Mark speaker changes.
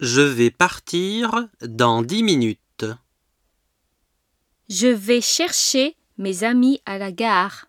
Speaker 1: Je vais partir dans dix minutes.
Speaker 2: Je vais chercher mes amis à la gare.